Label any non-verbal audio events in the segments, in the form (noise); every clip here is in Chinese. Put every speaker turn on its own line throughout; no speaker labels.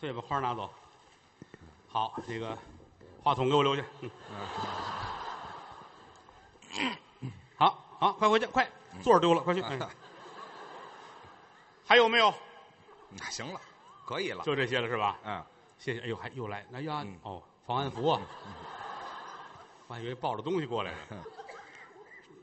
对，把花拿走。好，这个话筒给我留下。嗯，好好，快回去，快，座儿丢了，快去。哎还有没有？
那嗯行了，可以了。
就这些了是吧？
嗯，
谢谢。哎呦，还又来，哎呀
嗯，
哦，防安服啊，我还以为抱着东西过来呢
嗯，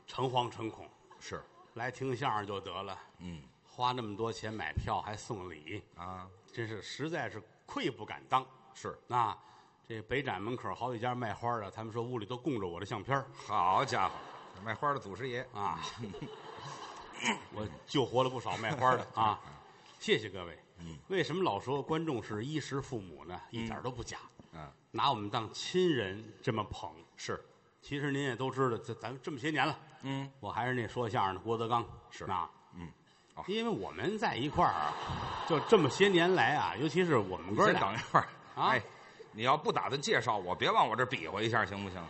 诚惶诚恐，
是，
来听相声就得了，
嗯
花那么多钱买票还送礼，
啊，
真是实在是愧不敢当。
是，
啊，这北展门口好几家卖花的，他们说屋里都供着我的相片儿
好家伙，卖花的祖师爷， (laughs)
啊，我救活了不少卖花的
(laughs)
啊，谢谢各位。为什么老说观众是衣食父母呢？一点儿都不假，
嗯嗯，
拿我们当亲人这么捧。
是，
其实您也都知道，这咱们这么些年了，
嗯，
我还是那说相声的郭德纲
是
啊，
嗯，哦
因为我们在一块儿啊，就这么些年来啊，尤其是我们
你
哥
先
俩，
等一会儿
啊
哎，你要不打算介绍我，别往我这比划一下，行不行？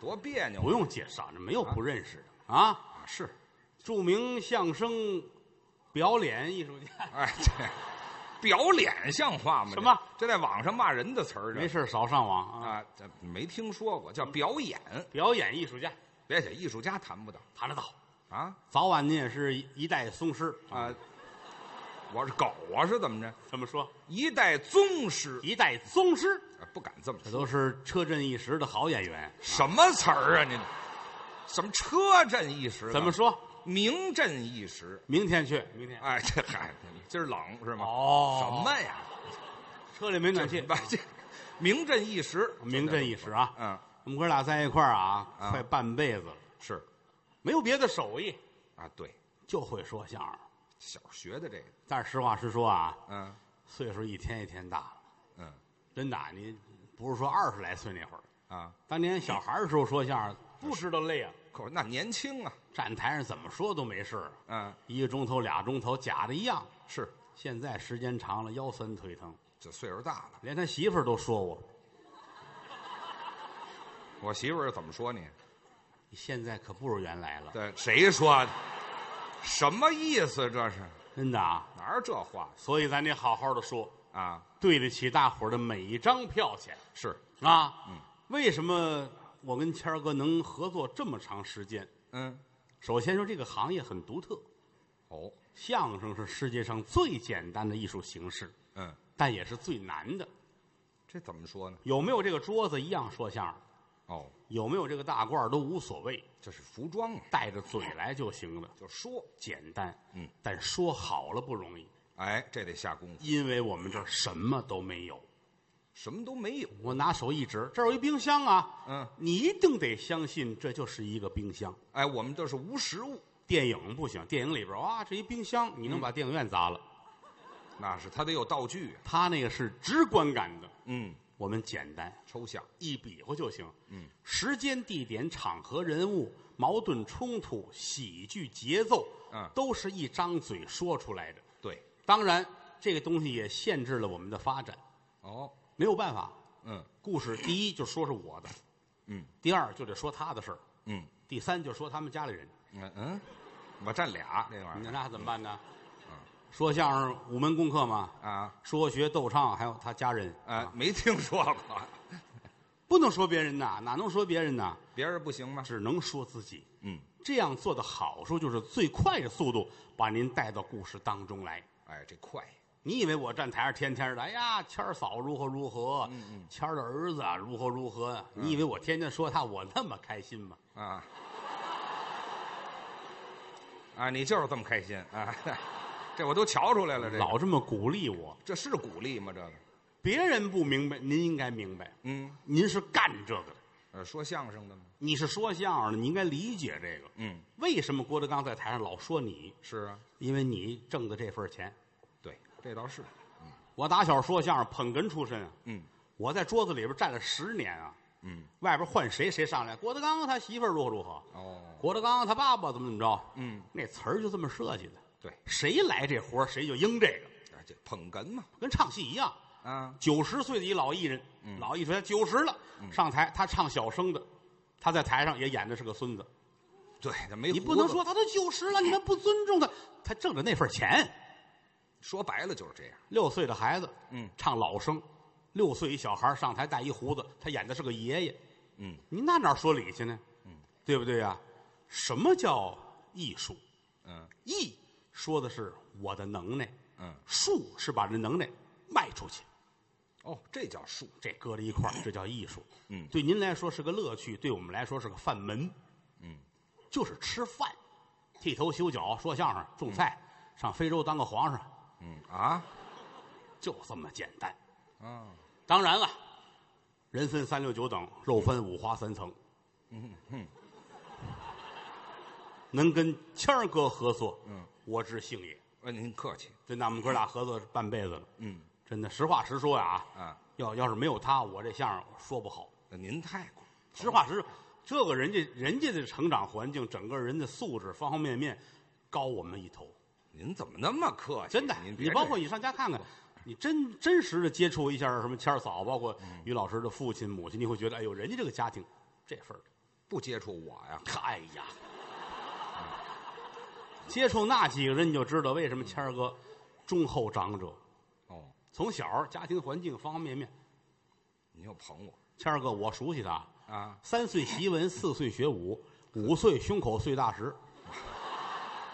多别扭。
不用介绍，这没有不认识的啊。
啊，是，
著名相声表演艺术家，
哎，这表脸像话吗？
什么？
这在网上骂人的词儿呢？
没事儿少上网啊。
啊，这没听说过，叫表演。
表演艺术家
别写艺术家谈不到
谈得到，
啊
早晚您也是一代宗师
啊！我是狗啊，是怎么着？
这么说，
一代宗师，
一代宗师，
啊不敢这么
这
说。
都是车震一时的好演员。
什么词儿啊？您什么车震一时？
怎么？说？
名震一时？
明天去，明天。
哎，这嗨，今儿冷是吗？
哦
什么呀？
车里没暖气，
这这名震一时，
名震一时啊。
(laughs) 嗯，
我们哥俩在一块儿啊，
啊
快半辈子了，
是
没有别的手艺，
啊，对，
就会说相声。
小学的这个，
但是实话实说啊，
嗯
岁数一天一天大了，
嗯
真的，你不是说二十来岁那会儿，
啊，
当年小孩儿的时候说相声，不知道累啊，
可那年轻啊，
站台上怎么说都没事儿，
嗯，
一个钟头俩钟头假的一样。
是
现在时间长了，腰酸腿疼，
这岁数大了。
连他媳妇儿都说我，
我媳妇儿怎么说你？
你现在可不如原来了，
对，谁说的？什么意思？这是
真的啊。
哪儿这话
所以咱得好好的说，
啊？
对得起大伙儿的每一张票钱
是，
啊。为什么我跟谦儿哥能合作这么长时间？
嗯，
首先说这个行业很独特，
哦，
相声是世界上最简单的艺术形式，
嗯，
但也是最难的。
这怎么说呢？
有没有这个桌子一样说相声，
哦，
有没有这个大褂儿都无所谓，
这是服装啊，
带着嘴来就行了，
就说，
简单。
嗯，
但说好了不容易，
哎，这得下功夫，
因为我们这儿什么都没有。
什么都没有，
我拿手一指，这儿有一冰箱啊，
嗯，
你一定得相信这就是一个冰箱。
哎，我们这是无实物，
电影不行，电影里边儿哇，这一冰箱，你
嗯
能把电影院砸了。
那是他得有道具啊，
他那个是直观感的，
嗯，
我们简单
抽象，
一比划就行。嗯，时间、地点、场合、人物、矛盾冲突、喜剧节奏，
嗯
都是一张嘴说出来的。
对，
当然，这个东西也限制了我们的发展，
哦，
没有办法。
嗯
故事第一就说是我的，
嗯，
第二就得说他的事儿，
嗯
第三就说他们家里人，
嗯嗯，我占俩这玩意
那
儿
那怎么办呢？
嗯
说相声五门功课嘛，
啊，
说学逗唱，还有他家人
啊，
啊，
没听说过，
不能说别人呐，哪能说别人呐？
别人不行吗？
只能说自己。
嗯，
这样做的好处就是最快的速度把您带到故事当中来。
哎，这快，
你以为我站台上天天的，哎呀，谦儿嫂如何如何，
嗯
谦儿的儿子啊如何如何？你以为我天天说他，我那么开心吗？
啊啊！你就是这么开心啊！这我都瞧出来了，这个
老这么鼓励我，
这是鼓励吗？这个，
别人不明白，您应该明白。
嗯，
您是干这个的，
呃，说相声的吗？
你是说相声的，你应该理解这个。
嗯，
为什么郭德纲在台上老说你？
是啊，
因为你挣的这份钱。
对，这倒是，
我打小说相声，捧哏出身啊。
嗯
我在桌子里边站了十年啊，
嗯，
外边换谁谁上来，郭德纲他媳妇儿如何如何，
哦，
郭德纲他爸爸怎么怎么着，
嗯，
那词儿就这么设计的，
对，
谁来这活儿谁就应这个，
哎这捧哏嘛，
跟唱戏一样。
啊，
九十岁的一老艺人，
嗯
老艺术家九十了，上台他唱小生的，他在台上也演的是个孙子，
对，这没
你
胡
不能
子
说他都九十了，你们不尊重他，他挣着那份钱，
说白了就是这样。
六岁的孩子，
嗯，
唱老生，六岁一小孩上台带一胡子，他演的是个爷爷，
嗯，
你那哪说理去呢？嗯，对不对呀、什么叫艺术？
嗯
艺说的是我的能耐，
嗯，
术是把这能耐卖出去，
哦，这叫术。
这搁在一块儿，这叫艺术。
嗯
对您来说是个乐趣，对我们来说是个饭门。
嗯，
就是吃饭，剃头修脚，说相声，种菜，上非洲当个皇上，
嗯啊
就这么简单。
啊，
当然了，人分三六九等，肉分五花三层。
嗯
能跟谦儿哥合作，
嗯，
我之幸也。
呃，您客气。
真的，我们哥俩合作半辈子了，
嗯
真的，实话实说呀啊，
啊，
要要是没有他，我这相声说不好。
那您太过。
实话实说，这个人家人家的成长环境，整个人的素质方方面面高我们一头，
您怎么那么客气？
真的。
您别
你包
这
括你上家看看，你真真实的接触一下什么谦儿嫂，包括
嗯
于老师的父亲母亲，你会觉得，哎呦，人家这个家庭这份儿的，
不接触我呀，
哎呀，
嗯
接触那几个人你就知道为什么谦儿哥忠厚长者，
哦，
从小家庭环境方方面面，
您又捧我
谦儿哥我熟悉他啊。
啊，
三岁习文，四岁学武，五岁胸口碎大石，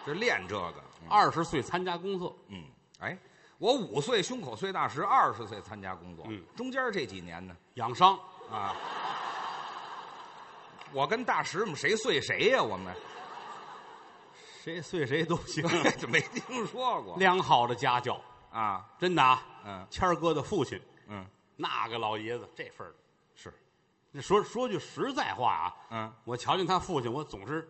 这练这个。嗯
二十岁参加工作。
嗯，哎，我五岁胸口碎大石，二十岁参加工作，
嗯
中间这几年呢，
养伤，
啊，我跟大石我们谁碎谁呀、我 (laughs) 们
谁碎谁都
(laughs)
行。
就没听说过
良好的家教，
啊，
真的啊。
嗯
谦儿哥的父亲
嗯，
那个老爷子这份儿的，
是，
那说说句实在话啊，
嗯，
我瞧见他父亲，我总是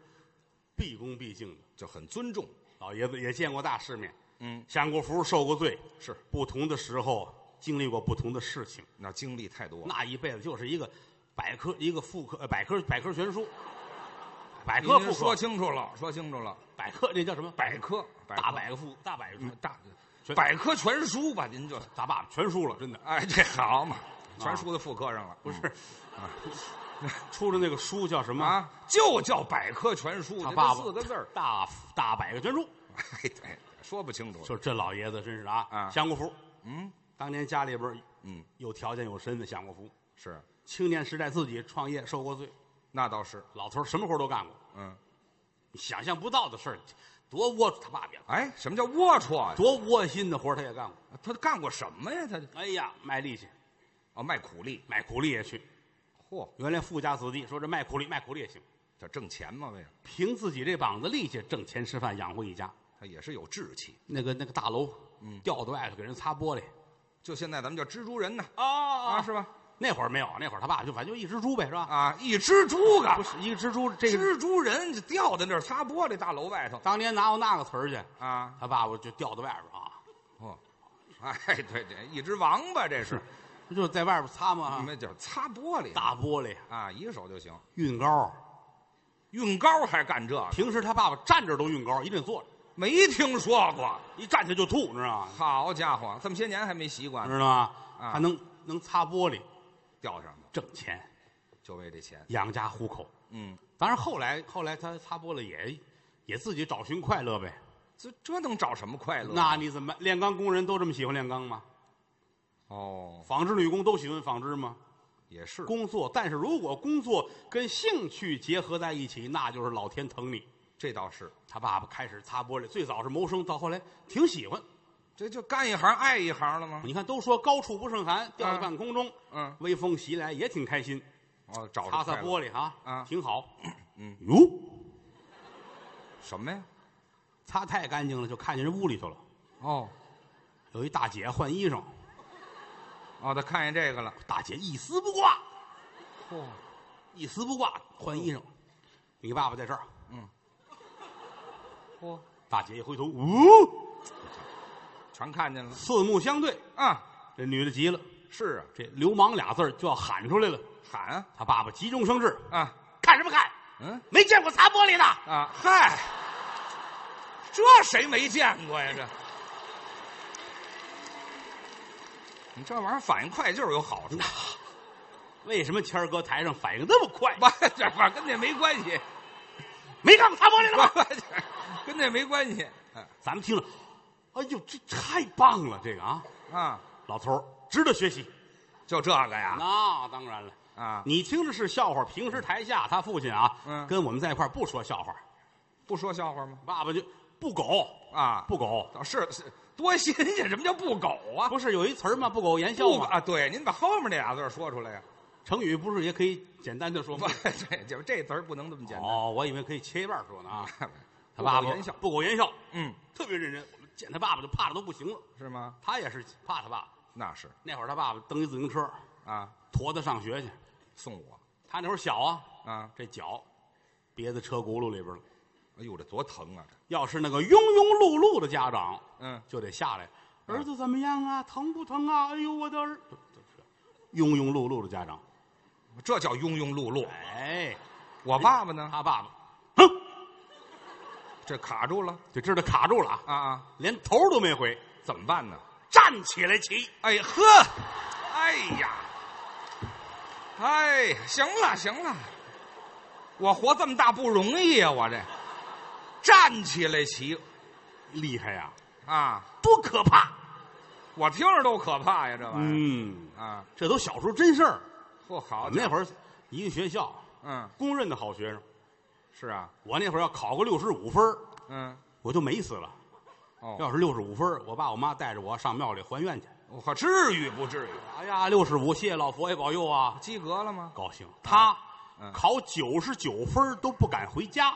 毕恭毕敬的。
就很尊重，
老爷子也见过大世面，
嗯，
享过福，受过罪，
是，
不同的时候啊经历过不同的事情。
那经历太多了，
那一辈子就是一个百科，一个妇科，呃，百科百科全书，百科
您
妇
说
科，
清楚了，说清楚了，
百科那叫什么？
百科，百
大
科，
百科妇大百科全
嗯大
全
百科全书吧，您就，
大爸爸全输了，真的
(laughs) 哎，这好嘛， (laughs) 全输在副科上了，
不是 (laughs) 出的那个书叫什么？
嗯啊，就叫百科全书，
他
这
爸爸
四个字儿，
大大百科全书，
(laughs) 哎，对，说不清楚，
就是这老爷子真是啊，
啊
享过福。
嗯
当年家里边儿
嗯，
有条件有身份，享过福。
是，
青年时代自己创业受过罪，
那倒是，
老头儿什么活儿都干过，
嗯，想
想象不到的事儿，多龌龊！他爸爸也干
哎，什么叫龌龊呀、
多窝心的活儿他也干过。
他干过什么呀？他
哎呀，卖力气，
哦，卖苦力，
卖苦力也去。
嚯，
原来富家子弟说这卖苦力，卖苦力也行，
他挣钱嘛，为了
凭自己这膀子力气挣钱吃饭，养活一家。
他也是有志气。
那个那个大楼，嗯，掉到外头给人擦玻璃
就现在咱们叫蜘蛛人呢，
啊
啊，是吧？
那会儿没有，那会儿他爸就反正就一只猪呗，是吧？
啊，一蜘蛛啊
不，是一个蜘蛛，这个
蜘蛛人就掉在那儿擦玻璃大楼外头
当年哪有那个词儿去？
啊，
他爸爸就掉到外边啊，
嚯，哦哎，对对，一只王八这是，
就在外边擦嘛
你
啊，
们叫擦玻璃
大玻璃
啊，一手就行。
熨高。
运高还干这个，
平时他爸爸站着都熨高，一定坐着，
没听说过。
一站起来就吐，你知道吗？
好家伙，这么些年还没习惯，
知道吗？
啊
还能能擦玻璃，
掉上了，
挣钱
就为这钱。
养家糊口。
嗯，
当然后来后来他擦玻璃也也自己找寻快乐呗。
这这能找什么快乐？啊
那你怎么办炼钢工人都这么喜欢炼钢吗？
哦，
纺织女工都喜欢纺织吗？
也是
工作，但是如果工作跟兴趣结合在一起，那就是老天疼你。
这倒是，
他爸爸开始擦玻璃，最早是谋生，到后来挺喜欢。
这就干一行爱一行了吗？
你看，都说高处不胜寒，掉在半空中，
嗯，
微风袭来也挺开心，
哦，找
擦擦
璃
玻璃啊，
啊
挺好。
嗯，
哟，
什么呀？
擦太干净了，就看见人屋里头了。
哦，
有一大姐换衣裳，
哦，他看见这个了，
大姐一丝不挂，
嚯，
一丝不挂换衣裳。你爸爸在这儿，啊
嚯，
大姐一回头，呜，
全看见了
四目相对，
啊！
这女的急了，
是啊，
这“流氓”俩字儿就要喊出来了。
喊啊
他爸爸急中生智，
啊，
看什么看？
嗯
没见过擦玻璃的，
啊，嗨，这谁没见过呀？这，你这玩意儿反应快就是有好处， (laughs)
为什么谦儿哥台上反应那么快？
完这玩意儿跟这没关系，
没看过擦玻璃的吗？
跟这没关系。啊
咱们听着，哎呦，这太棒了，这个啊，
啊，
老头儿值得学习。
就这个呀
那当然了，
啊，
你听着是笑话，平时台下他父亲啊，
嗯
跟我们在一块儿不说笑话，
不说笑话吗？
爸爸就不苟，
啊，
不苟，
是是多新鲜，什么叫不苟啊？
不是有一词儿吗？不苟言笑
不苟
嘛。
啊，对，您把后面这俩字儿说出来呀、 (laughs)
成语不是也可以简单的说
不
吗？，
对，这这词儿不能这么简单。
哦，我以为可以切一半说呢
(laughs)
啊。他
不
爸
苟
爸
言笑
不苟言笑，
嗯，
特别认真。我们见他爸爸就怕的都不行了，
是吗？
他也是怕他爸爸。
那是
那会儿他爸爸蹬一自行车，
啊，
驮他上学去。
送我
他那会儿小啊，
啊，
这脚别在车轱辘里边了。
哎呦，这多疼啊！这，
要是那个庸庸碌碌的家长，
嗯，
就得下来，
嗯
儿子怎么样啊？疼不疼啊？哎呦，我的儿！就就庸庸碌碌的家长，
这叫庸庸碌碌。
哎，
我爸爸呢，
他爸爸，哼，
这卡住了
就知道卡住了啊，
啊啊，
连头都没回，
怎么办呢？
站起来骑。
哎呵，哎呀，哎，行了行了，我活这么大不容易呀、我这站起来骑
厉害呀、
啊，
多可怕！
我听着都可怕呀，这玩意儿、
嗯，
啊，
这都小时候真事儿。
不好
我
家
那
伙，
会儿一个学校
嗯，
公认的好学生，
是啊，
我那会儿要考个六十五分儿，
嗯，
我就美死了。
哦，
要是六十五分儿，我爸我妈带着我上庙里还愿去。
我靠，至于不至于？
哎呀，六十五，谢谢老佛爷保佑啊！
及格了吗？
高兴。他
嗯
考九十九分儿都不敢回家，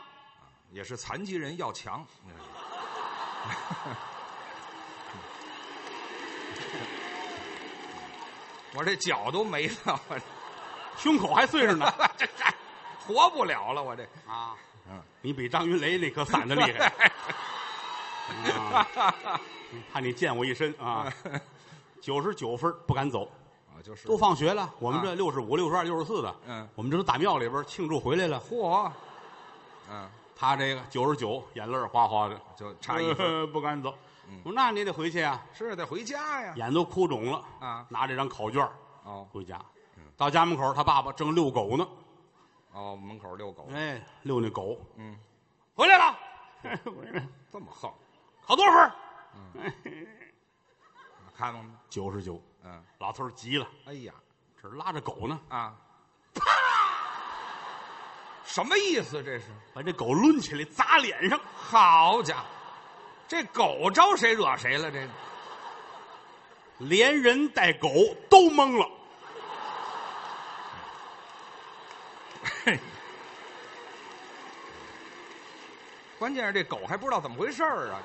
也是残疾人要强，嗯 (laughs) 我这脚都没了，我这。
胸口还碎着呢。 (laughs)
这这活不了了，我这。
啊，
嗯，
你比张云雷那可散的厉害。啊， (laughs)
啊，
怕你溅我一身啊！ (laughs) 九十九分儿不敢走，
就是
都放学了。我们
啊
这六十五、六十二、六十四的，
嗯
我们这都打庙里边庆祝回来了。
嚯，嗯，
他这个九十九，眼泪儿哗哗的，
就差一
(laughs)
分，
呃
嗯
不敢走。我说那你得回去啊，
是得回家呀。
眼都哭肿了
啊
拿这张考卷儿
哦
回家，到家门口，他爸爸正遛狗呢。
哦，门口遛狗
哎，遛那狗， (laughs)
嗯，
回来了，回来了
这么横，啊
考多少分？
看到吗？
九十九。
嗯，
老头儿急了，
哎呀
这儿拉着狗呢，
啊，什么意思这是？
把这狗抡起来砸脸上，
好家伙，这狗招谁惹谁了？这个
连人带狗都懵了。
关键是这狗还不知道怎么回事儿啊！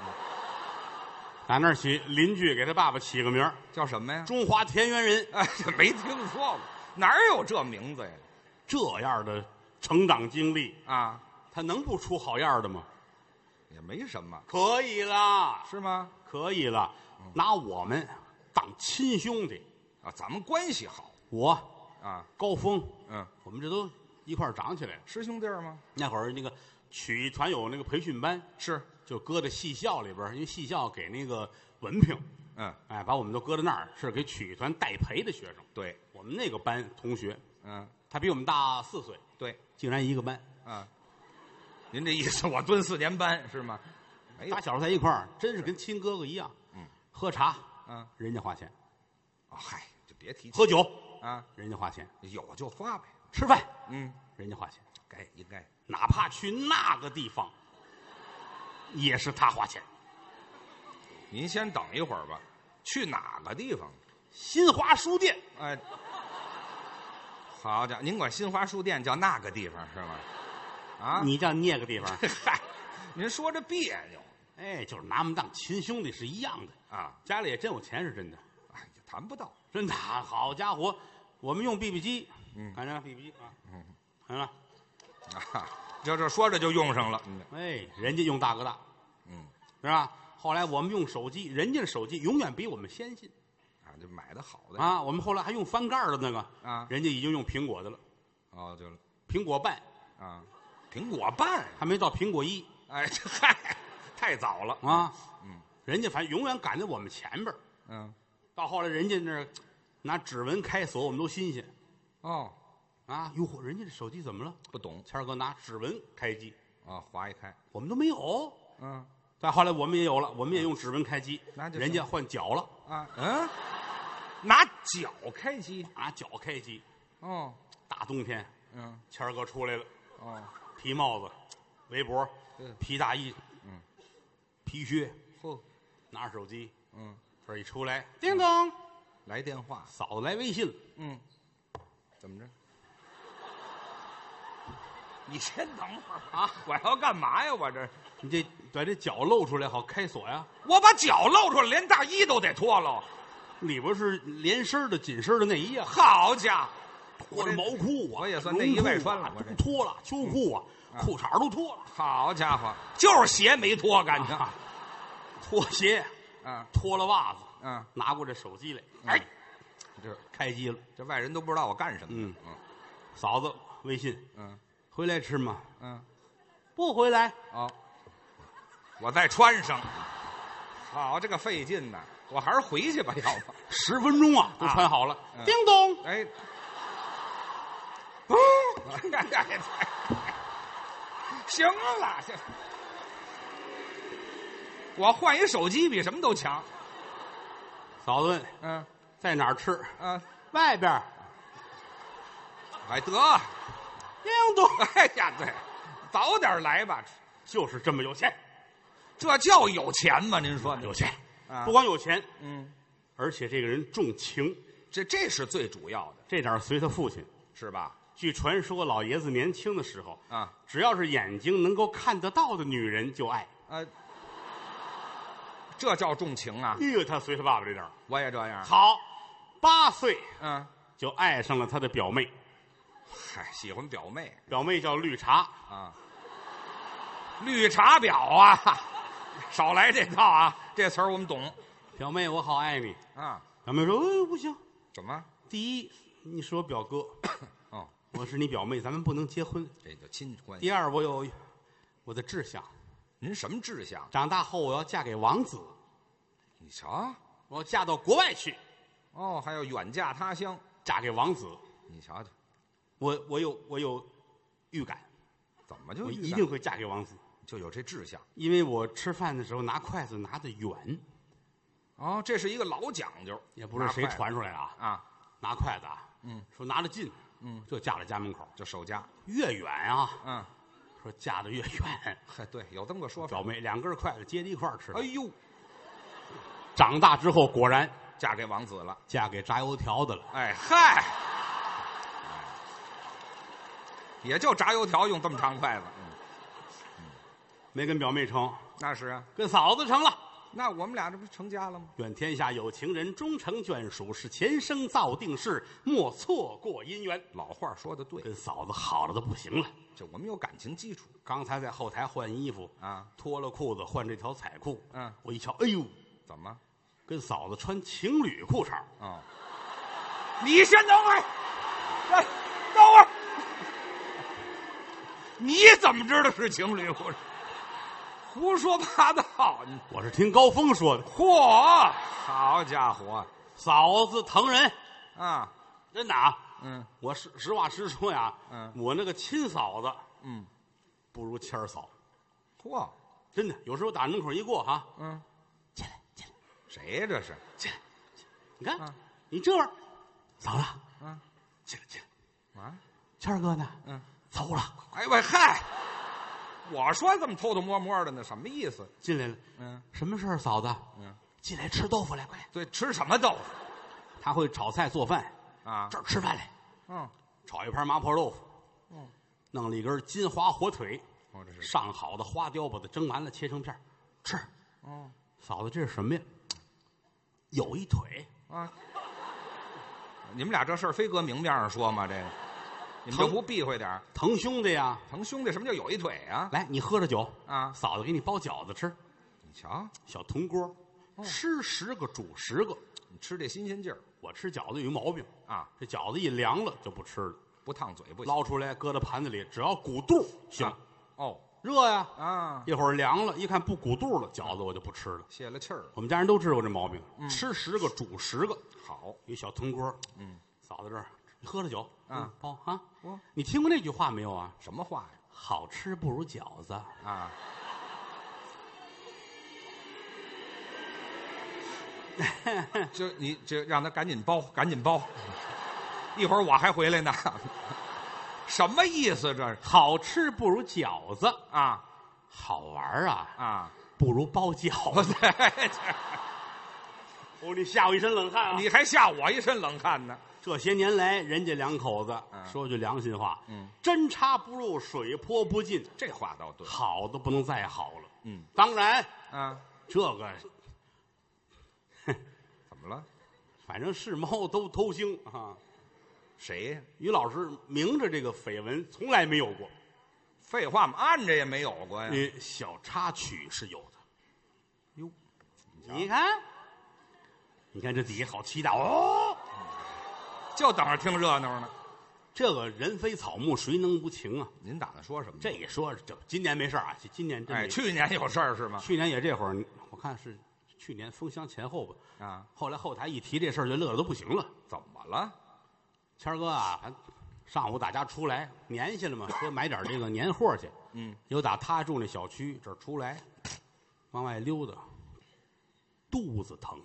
打那儿起，邻居给他爸爸起个名儿
叫什么呀？
中华田园人”，
哎， (laughs) 这没听说过，哪儿有这名字呀？
这样的成长经历，
啊，
他能不出好样儿的吗？
也没什么，
可以啦，
是吗？
可以了，拿我们当亲兄弟，
啊，咱们关系好
我
啊，
高峰，
嗯，
我们这都一块儿长起来了。
师兄弟儿吗？
那会儿那个曲艺团有那个培训班，
是，
就搁在戏校里边儿，因为戏校给那个文凭，
嗯，
哎，把我们都搁在那儿，是给曲艺团代培的学生。
对，
我们那个班同学，
嗯，
他比我们大四岁，
对，
竟然一个班，
啊，您这意思我蹲四年班是吗？没有
打，小在一块儿，真是跟亲哥哥一样。
哎嗯，
喝茶
嗯，啊，
人家花钱，
嗨，就别提
喝酒
啊，
人家花钱，
有就花呗，
吃饭
嗯，
人家花钱，
该应该，
哪怕去那个地方，也是他花钱。
您先等一会儿吧，去哪个地方？
新华书店
哎，好家伙，您管新华书店叫那个地方是吗？啊，
你叫那个地
(laughs)
方，
嗨，您说这别扭
哎，就是拿我们当亲兄弟是一样的。
啊，
家里也真有钱是真的，
哎，也谈不到，
真的啊，好家伙，我们用 BB 机，
嗯
看着 BB 机啊，嗯，看着，
啊，这这说着就用上了，
哎，人家用大哥大
嗯。
是吧？后来我们用手机，人家的手机永远比我们先进
啊，就买的好的
啊。我们后来还用翻盖的那个，
啊，
人家已经用苹果的了，
哦，就
苹果半
啊，苹果半，
还没到苹果一
哎， (laughs) 这嗨，太早了，
啊，
嗯，
人家反正永远赶在我们前边儿
嗯，
到后来人家那儿拿指纹开锁，我们都新鲜
哦，
啊。哟，人家这手机怎么了？
不懂
谦儿哥拿指纹开机，
啊，划一开，
我们都没有。
嗯，
再后来我们也有了，我们也用指纹开机，
那就行
人家换脚了，
啊，嗯，拿脚开机，
拿啊脚开机。
哦，
大冬天，
嗯，
谦儿哥出来了，
哦，
皮帽子、围脖
嗯、
皮大衣、
嗯
皮靴，
嚯，
拿着手机，
嗯，
这一出来，叮咚，
来电话，
嫂子来微信了，
嗯，怎么着？ (laughs) 你先等会儿啊！我要干嘛呀？我这
你这把这脚露出来好开锁呀，
我把脚露出来，连大衣都得脱喽。
里边是连身的、紧身的内衣啊，
好家伙，
我这毛裤啊，
我也算
绒裤啊
内衣外穿了我这嗯
都脱了，秋裤啊，裤衩都脱了，
好家伙，就是鞋没脱干净。
啊脱鞋，
啊，
脱了袜子，
嗯，
拿过这手机来，
嗯
哎，
这
开机了，
这外人都不知道我干什么
嗯
呢。嗯
嫂子微信
嗯
回来吃吗？
嗯，
不回来，
哦，我再穿上。好，这个费劲呐，我还是回去吧，要不？
十分钟啊都穿好了，
嗯
叮咚，
哎， (laughs) 行了，行。我换一手机比什么都强。
嫂子问
嗯
在哪儿吃？
啊，
外边儿，
哎得，
叮咚，
哎呀，对，早点来吧，
就是这么有钱，
这叫有钱吗？您说呢
有？钱，
啊
不光有钱，
嗯，
而且这个人重情，
这这是最主要的，
这点儿随他父亲。
是吧？
据传说，老爷子年轻的时候
啊，
只要是眼睛能够看得到的女人就爱。
啊，这叫重情啊！
哎呦，他随他爸爸这点儿
我也这样。
好，八岁
嗯，
就爱上了他的表妹，
嗨，喜欢表妹
表妹叫绿茶，
啊，绿茶婊啊，少来这套啊！这词儿我们懂
表妹我好爱你。
啊。
表妹说：“哎，不行，
怎么？
第一，你是我表哥，
哦，
我是你表妹，咱们不能结婚。
这叫亲关系。
第二，我有我的志向，
您什么志向？
长大后我要嫁给王子，
你瞧，
我要嫁到国外去，
哦，还有远嫁他乡。
嫁给王子。
你瞧瞧，
我我有我有预感，
怎么就
我
遇
一
到
定会嫁给王子。”
就有这志向？
因为我吃饭的时候拿筷子拿得远，
哦，这是一个老讲究，
也不是谁
拿筷子
传出来的啊，
啊，
拿筷子啊，嗯，说拿得近，嗯，就架在家门口，
就守家。
越远啊，
嗯，
说架得越远。
嗨，对，有这么个说法。
表妹两根筷子接在一块儿吃的
哎，呦，
长大之后果然
嫁给王子了。
嫁给炸油条的了。
哎嗨，哎也就炸油条用这么长筷子，嗯
没跟表妹成，
那是啊。
跟嫂子成了。
那我们俩这不是成家了吗？
愿天下有情人终成眷属，是前生造定事，莫错过姻缘。
老话说的对，
跟嫂子好了都不行了，
这我们有感情基础
刚才在后台换衣服，
啊。
脱了裤子换这条彩裤，
嗯，
我一瞧，哎呦，
怎么？
跟嫂子穿情侣裤衩儿
哦，你先等会儿，哎等会儿，你怎么知道是情侣？我胡说八道！你
我是听高峰说的。
嚯，好家伙
嫂子疼人，
啊！
真的啊！
嗯
我实实话实说呀，
嗯
我那个亲嫂子
嗯，
不如谦儿嫂，
嚯，
真的。有时候打门口一过哈，
嗯，
进来进来
谁呀这是？
进来，你看、
啊
你这玩意儿，嫂子
嗯
进来进来，
啊，
谦儿哥呢？
嗯，
走了，
哎喂嗨，我说这么偷偷摸摸的呢，什么意思？
进来了。
嗯
什么事儿，嫂子？
嗯，
进来吃豆腐来，快！
对，吃什么豆腐
他会炒菜做饭，
啊？
这儿吃饭来，
嗯，
炒一盘麻婆豆腐，
嗯，
弄了一根金华火腿，
哦这是，
上好的花雕把它蒸完了，切成片儿吃。
哦
嫂子，这是什么呀？有一腿，
啊，你们俩这事儿非搁明面上说吗？这个，你们就
疼
不避讳点儿？
疼兄弟呀！
疼兄弟什么叫有一腿啊？
来，你喝着酒
啊
嫂子给你包饺子吃，
你瞧，
小铜锅，吃十个煮十个。
你吃这新鲜劲儿
我吃饺子有一毛病，
啊，
这饺子一凉了就不吃了，
不烫嘴不行。
捞出来搁到盘子里，只要鼓肚儿行，
啊哦
热呀。
啊，
一会儿凉了，一看不鼓肚了，饺子我就不吃了。
泄了气儿了，
我们家人都知道我这毛病，
嗯
吃十个煮十个。
好，
有一小铜锅，
嗯，
嫂子这儿你喝了酒，
啊
嗯，包啊
我，
你听过那句话没有啊？
什么话呀？
好吃不如饺子。
啊， (laughs) 就你这让他赶紧包，赶紧包，一会儿我还回来呢。 (laughs) 什么意思这是
好吃不如饺子，
啊
好玩儿啊
啊？ (laughs)
不如包饺
不 (laughs)
子。
对，这
哦，你吓我一身冷汗啊！
你还吓我一身冷汗呢。
这些年来，人家两口子
嗯
说句良心话，
嗯，
针插不入，水泼不进，
这话倒对。
好的不能再好了。
嗯
当然，
啊，
这个
怎么了？
反正是猫都偷腥啊。
谁呀？
于老师明着这个绯闻从来没有过，
废话嘛，按着也没有过呀。
呃，小插曲是有的。
哟，
你看，你看这底下好期待哦。
就等着听热闹呢。
这个人非草木，谁能无情啊？
您打算说什么？
这也说这今年没事儿啊，今年真没
哎，去年有事儿是吗？
去年也这会儿，我看是去年封箱前后吧。
啊，
后来后台一提这事儿，就乐的都不行了。
怎么了？
谦儿哥啊，咱上午大家出来年下了
(coughs)
嘛，说买点这个年货去。
嗯，
有打他住那小区这儿出来，往外溜达，肚子疼，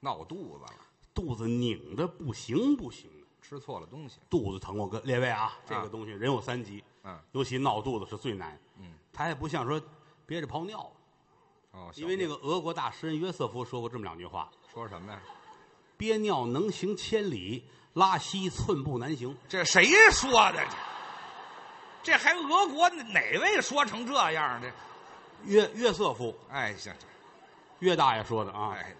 闹肚子了，
肚子拧的不行不行的，
吃错了东西。
肚子疼。我跟列位啊，这个
啊
东西人有三急，
嗯，
尤其闹肚子是最难。
嗯，
他还不像说憋着泡尿，
哦，
因为那
个
个俄国大诗人约瑟夫说过这么两句话：
说什么呀？
憋尿能行千里，拉稀寸步难行。
这谁说的？这这还俄国哪位说成这样的？
约约瑟夫
哎，行，
岳大爷说的啊。
哎，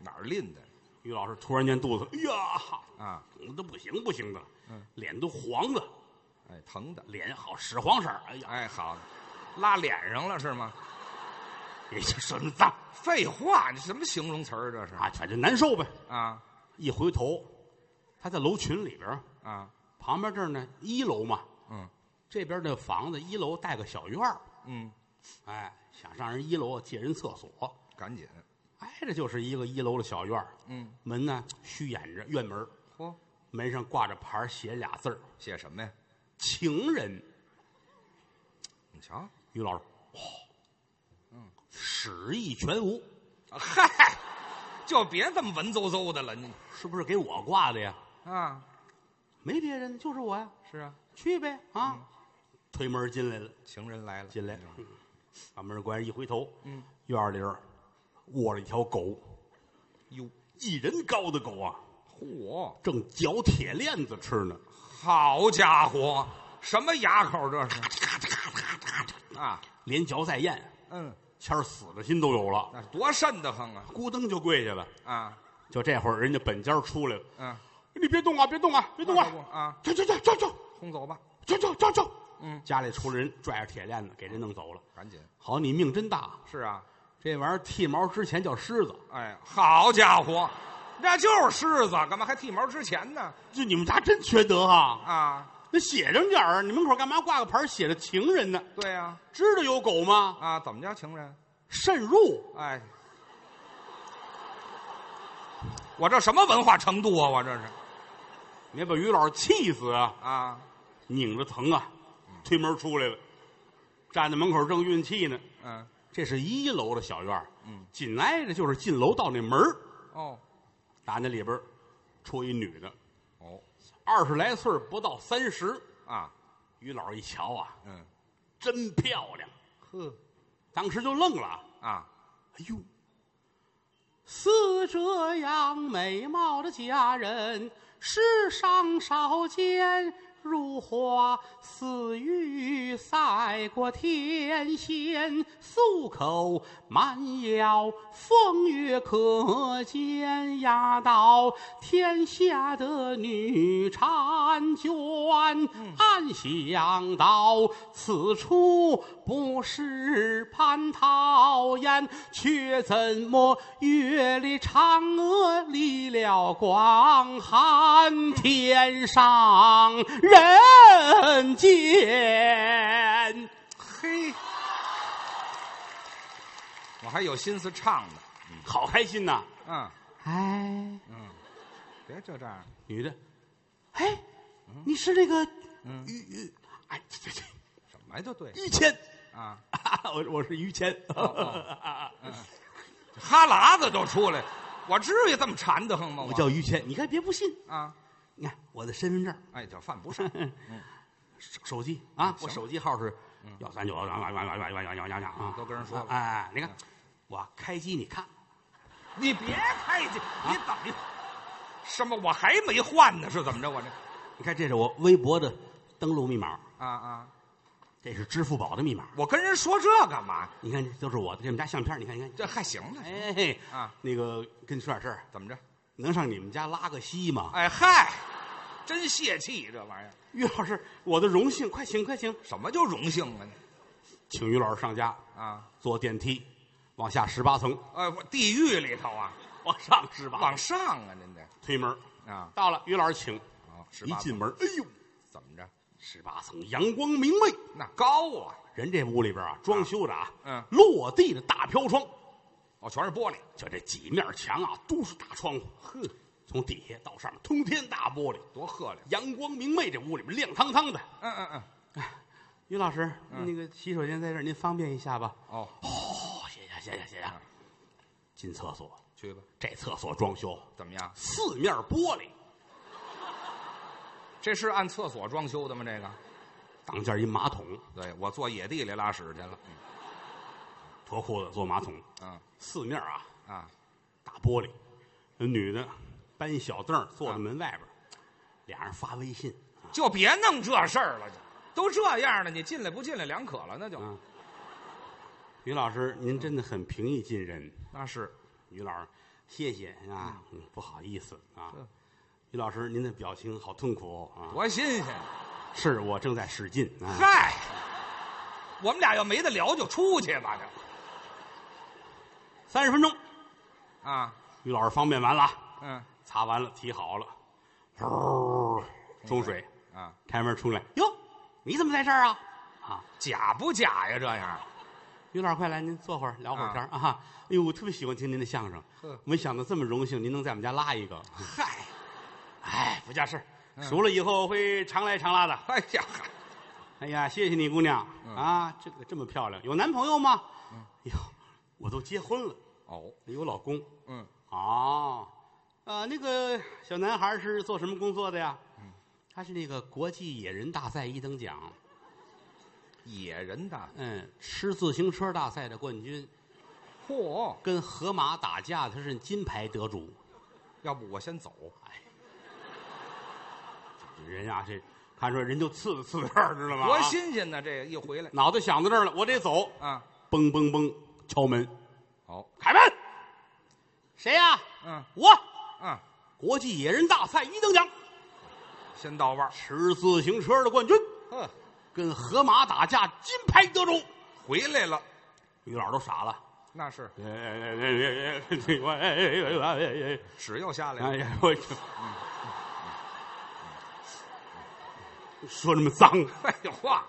哪儿吝的
于老师突然间肚子，哎呀，
啊？
疼的都不行不行的，
嗯
脸都黄的，
哎，疼的。
脸好屎黄色儿，哎呀，
哎，好，拉脸上了是吗？
也就身脏
废话，你什么形容词儿这是？
啊，反正啊难受呗。
啊
一回头，他在楼群里边儿，
啊，
旁边这儿呢一楼嘛，
嗯
这边的房子一楼带个小院儿，
嗯，
哎，想上人一楼借人厕所，
赶紧，
挨着就是一个一楼的小院儿，
嗯，
门呢虚掩着院门儿，
嚯、
门上挂着牌儿写俩字儿
写什么呀？
“情人
你瞧，”。
于老师，哇，嗯，史意全无。
嗨，就别这么文绉绉的了，你
是不是给我挂的呀？
啊，
没别人，就是我呀，
是啊，
去呗啊！
嗯
推门进来了，
情人来了，
进来，把门关上，一回头，
嗯，
院儿里边儿卧着一条狗，
哟，
一人高的狗啊，
嚯，
正嚼铁链子吃呢，
好家伙，什么牙口这是？啊，
连嚼带咽，
嗯，
谦儿死的心都有了，
那多瘆得慌啊
咕噔就跪下了。
啊，
就这会儿，人家本家出来了，
嗯，
你别动啊，别动啊，别动
那可不
啊！
啊，
走走走走走
轰走吧，
走走走走！
嗯，
家里出来人，拽着铁链子给这弄走了。
赶紧，
好，你命真大，
是啊，
这玩意儿剃毛之前叫狮子。
哎，好家伙，那就是狮子，干嘛还剃毛之前呢？
就你们家真缺德啊！
啊，
那写上点儿，你门口干嘛挂个牌儿写着情人呢？
对呀、
知道有狗
啊
吗？，
怎么叫情人？
慎入，
哎，我这什么文化程度啊？我这是
你把于老师气死啊！
啊，
拧着疼啊，推门出来了，站在门口正运气呢。
嗯，
这是一楼的小院儿
嗯，
紧挨着就是进楼道那门儿
哦，
打那里边儿出一女的，
哦，
二十来岁儿不到三十。
啊，
于老师一瞧啊，
嗯，
真漂亮，
呵，
当时就愣了。
啊，
哎呦，似这样美貌的佳人，世上少见。如花似玉，赛过天仙；素口蛮腰，风月可见。压倒天下的女婵娟，暗想到此处不是蟠桃宴，却怎么月里嫦娥离了光，寒天上人间。
嘿，我还有心思唱呢，
好开心呐！
嗯，
哎，
别就这样，
女的，
哎，你是那个
嗯，
哎，这这这
什么就对
于谦，
啊，
(laughs) 我我是于谦。
哦哦哈喇子都出来，我至于这么馋得慌吗？
(laughs) 我叫于谦，你看别不信，
啊，
你看我的身份证、
哎，叫犯
(laughs)
不上。
手手机啊，我
行嗯
手机号是幺三九，幺幺幺幺幺幺幺幺啊，
都跟人说了嗯
哎，你看我开机，你看啊
你别开机，你等一什么？我还没换呢，是怎么着？我这
你看这是我微博的登录密码，
啊啊！
这是支付宝的密码。
我跟人说这干嘛？
你看，都是我的，这我们家相片，你看，你看，
这还行呢。
哎，
啊，
那个跟你说点事儿，
怎么着？
能上你们家拉个稀吗？
哎嗨，真泄气这玩意儿！
(laughs) 于老师，我的荣幸，快请快请，
什么叫荣幸啊你？
请于老师上家，
啊，
坐电梯，往下十八层，
哎，我地狱里头啊，
(laughs) 往上十八，
往上啊，您这
推门，
啊，
到了，于老师请，
啊，十
一
八
进门，哎呦，
怎么着？
十八层阳光明媚，
那高啊，
人这屋里边啊，装修的啊，
嗯
落地的大飘窗，
哦，全是玻璃，
就这几面墙啊，都是大窗户，呵，从底下到上面通天大玻璃，
多喝亮。
阳光明媚，这屋里面亮堂堂的。
嗯嗯嗯，
于老师，
嗯
那个洗手间在这儿，您方便一下吧？
哦，
哦，谢谢谢谢谢谢。进厕所，
去吧。
这厕所装修
怎么样？
四面玻璃，
这是按厕所装修的吗？这个？
当间一马桶，
对，我坐野地里拉屎去了。
脱裤子坐马桶，
嗯
四面啊
嗯啊，
大玻璃，有女的搬一小凳儿坐在门外边儿，俩人发微信
就别弄这事儿了，都这样了，你进来不进来两可了，那就、
啊。于老师，您真的很平易近人。
那是
于老师，谢谢啊，嗯不好意思啊
是。
于老师，您的表情好痛苦啊！
多新鲜！
是我正在使劲啊。
嗨，我们俩要没得聊就出去吧，这
三十分钟，
啊，
于老师方便完了啊，
嗯
擦完了，提好了，嗖，冲水，
啊，
开门出来，哟，你怎么在这儿啊？啊，
假不假呀？这样
于老师，快来，您坐会儿，聊会儿天儿啊哈。哎呦，我特别喜欢听您的相声
呵，嗯
没想到这么荣幸，您能在我们家拉一个。
嗨，
哎，不叫事儿，熟了以后会常来常拉的。
哎呀，嗨
哎呀，谢谢你，姑娘啊，这个这么漂亮，有男朋友吗？哟，我都结婚了，
哦，
有老公。
嗯，
哦，呃，那个小男孩是做什么工作的呀？他是那个国际野人大赛一等奖，
野人的，
嗯，吃自行车大赛的冠军，
嚯，
跟河马打架，他是金牌得主。
要不我先走？
人啊，这看出来人就刺刺到这儿，知道吗？
多
啊
新鲜呢！这个一回来
脑袋想到这儿了，我得走。
啊，
嘣嘣嘣，敲门，
好，
开门。谁呀、
哦嗯
我，
嗯，
国际野人大赛一等奖，
先到腕儿，
吃自行车的冠军，
呵，
跟河马打架，金牌得主。
回来了，
于老师都傻了。
那是
哎哎哎哎哎哎！我哎哎哎哎
屎又下
哎
来
哎
了，
呀！我说那么脏，
废话。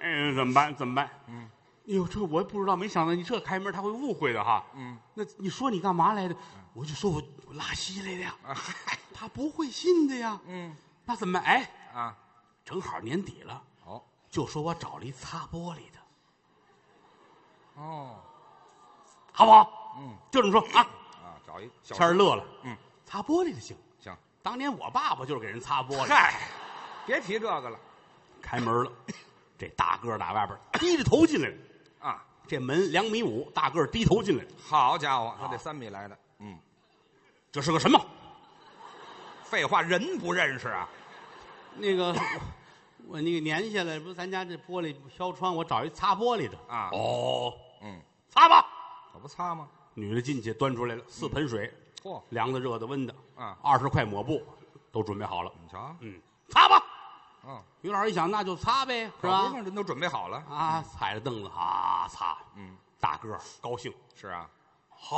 哎，怎么办？怎么办？嗯，哟，这我也不知道，没想到你这开门他会误会的哈。
嗯，
那你说你干嘛来的？我就说我我拉稀来的呀。
啊，嗨，
他不会信的呀。
嗯
那怎么办？哎，
啊，哦
正好年底了，
好，
就说我找了一擦玻璃的，
哦，
好不好？
嗯
就这么说啊。
啊，找一小
谦儿乐了，
嗯，
擦玻璃的行。
行，
当年我爸爸就是给人擦玻璃。
嗨，别提这个了
开门了，这大个儿打外边儿低着头进来了，
啊！
这门两米五，大个儿低头进来了，
好家伙，他
啊
得三米来的，嗯，
这是个什么？
废话，人不认识啊？
那个我那个粘下来，不是咱家这玻璃飘窗，我找一擦玻璃的
啊
哦，
嗯，
擦吧。
可不擦吗？
女的进去端出来了四盆水，
嚯，
凉的、热的、温的，
啊
二十块抹布都准备好了，
你瞧，
嗯，擦吧。
嗯，
于老师一想，那就擦呗，是
可不
吧
是吗？？人都准备好了，
啊，踩着凳子啊擦，
嗯，
大个儿高兴，
是啊，
好，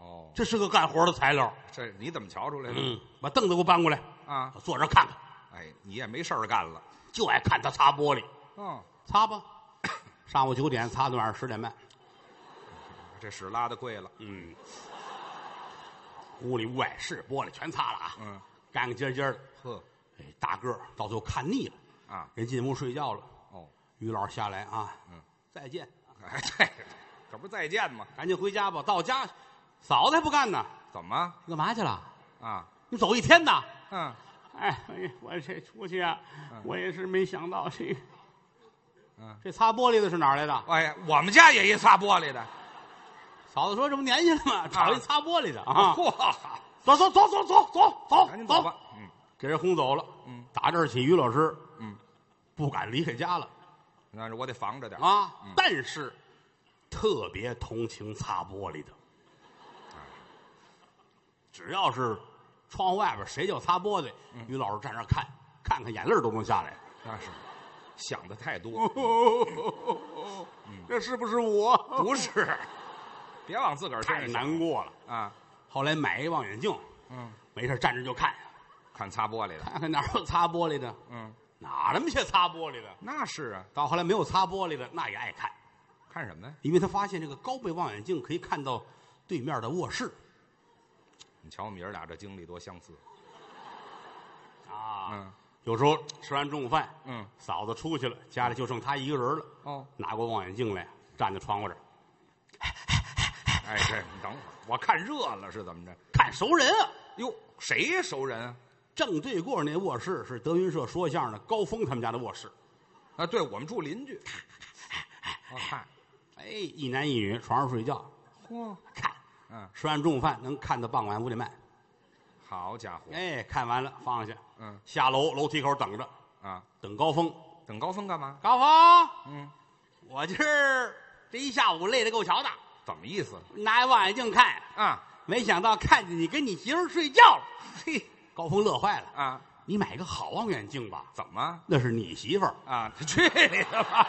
哦，
这是个干活的材料，
这你怎么瞧出来的？
嗯，把凳子给我搬过来，
啊
我，坐这儿看看，
哎，你也没事儿干了，
就爱看他擦玻璃，
嗯，
擦吧， (coughs) 上午九点擦到晚上十点半，
这屎拉的贵了，
嗯，屋里屋外是玻璃全擦了啊，
嗯，
干干净净的，
呵，
哎，大个儿到最后看腻了，
啊，
人进屋睡觉了，
哦，
于老师下来啊，
嗯，
再见，
哎，这可不是再见吗？
赶紧回家吧，到家嫂子还不干呢，
怎么
干嘛去了？
啊？
你走一天呐？
嗯
哎，我这出去啊，我也是没想到这个
嗯，
这擦玻璃的是哪儿来的？
哎呀，我们家也一擦玻璃的，
嫂子说这不年轻
啊
嘛，找一擦玻璃的啊！
嚯，
走走走走走走走，
赶紧走吧，嗯，
给人轰走了。
嗯，
打这儿起，于老师，
嗯，
不敢离开家了
但是我得防着点儿
啊。但是，特别同情擦玻璃的，只要是窗户外边谁叫擦玻璃，
嗯
于老师站那儿看，看看眼泪儿都能下来。
那是想的太多，
哦这是不是我？
嗯
(laughs)
不是，别往自个儿身
太
上想
难过了。
啊！
后来买一望远镜，
嗯，
没事站着就看，
看擦玻璃的，
看看哪儿有擦玻璃的，
嗯，
哪儿那么些擦玻璃的？
那是啊，
到后来没有擦玻璃的，那也爱看，
看什么呀？
因为他发现这个高倍望远镜可以看到对面的卧室
你瞧我们爷儿俩这经历多相似，
啊。
嗯
有时候吃完中午饭，
嗯，
嫂子出去了，家里就剩他一个人了，
哦，
拿过望远镜来，站在窗户这儿
哎，这你等会儿，我看热了是怎么着？
看熟人啊。
哟，谁呀熟人啊？
正对过那卧室是德云社说相声的高峰他们家的卧室，
啊，对我们住
(laughs)
邻居。哦我看，
哎，一男一女床上睡觉，
嚯，
看，
嗯，
吃完中午饭能看到傍晚五点半，
好家伙，
哎，看完了放下，
嗯
下楼楼梯口等着，
啊，
等高峰。
等高峰干嘛？
高峰，
嗯，
我今儿这一下午累得够瞧的，
怎么意思
拿一望远镜看，
啊？
没想到看见你跟你媳妇儿睡觉了。
嘿，
高峰乐坏了，
啊，
你买个好望远镜吧，
怎么 (laughs)
那是你媳妇儿。
啊？去你的吧！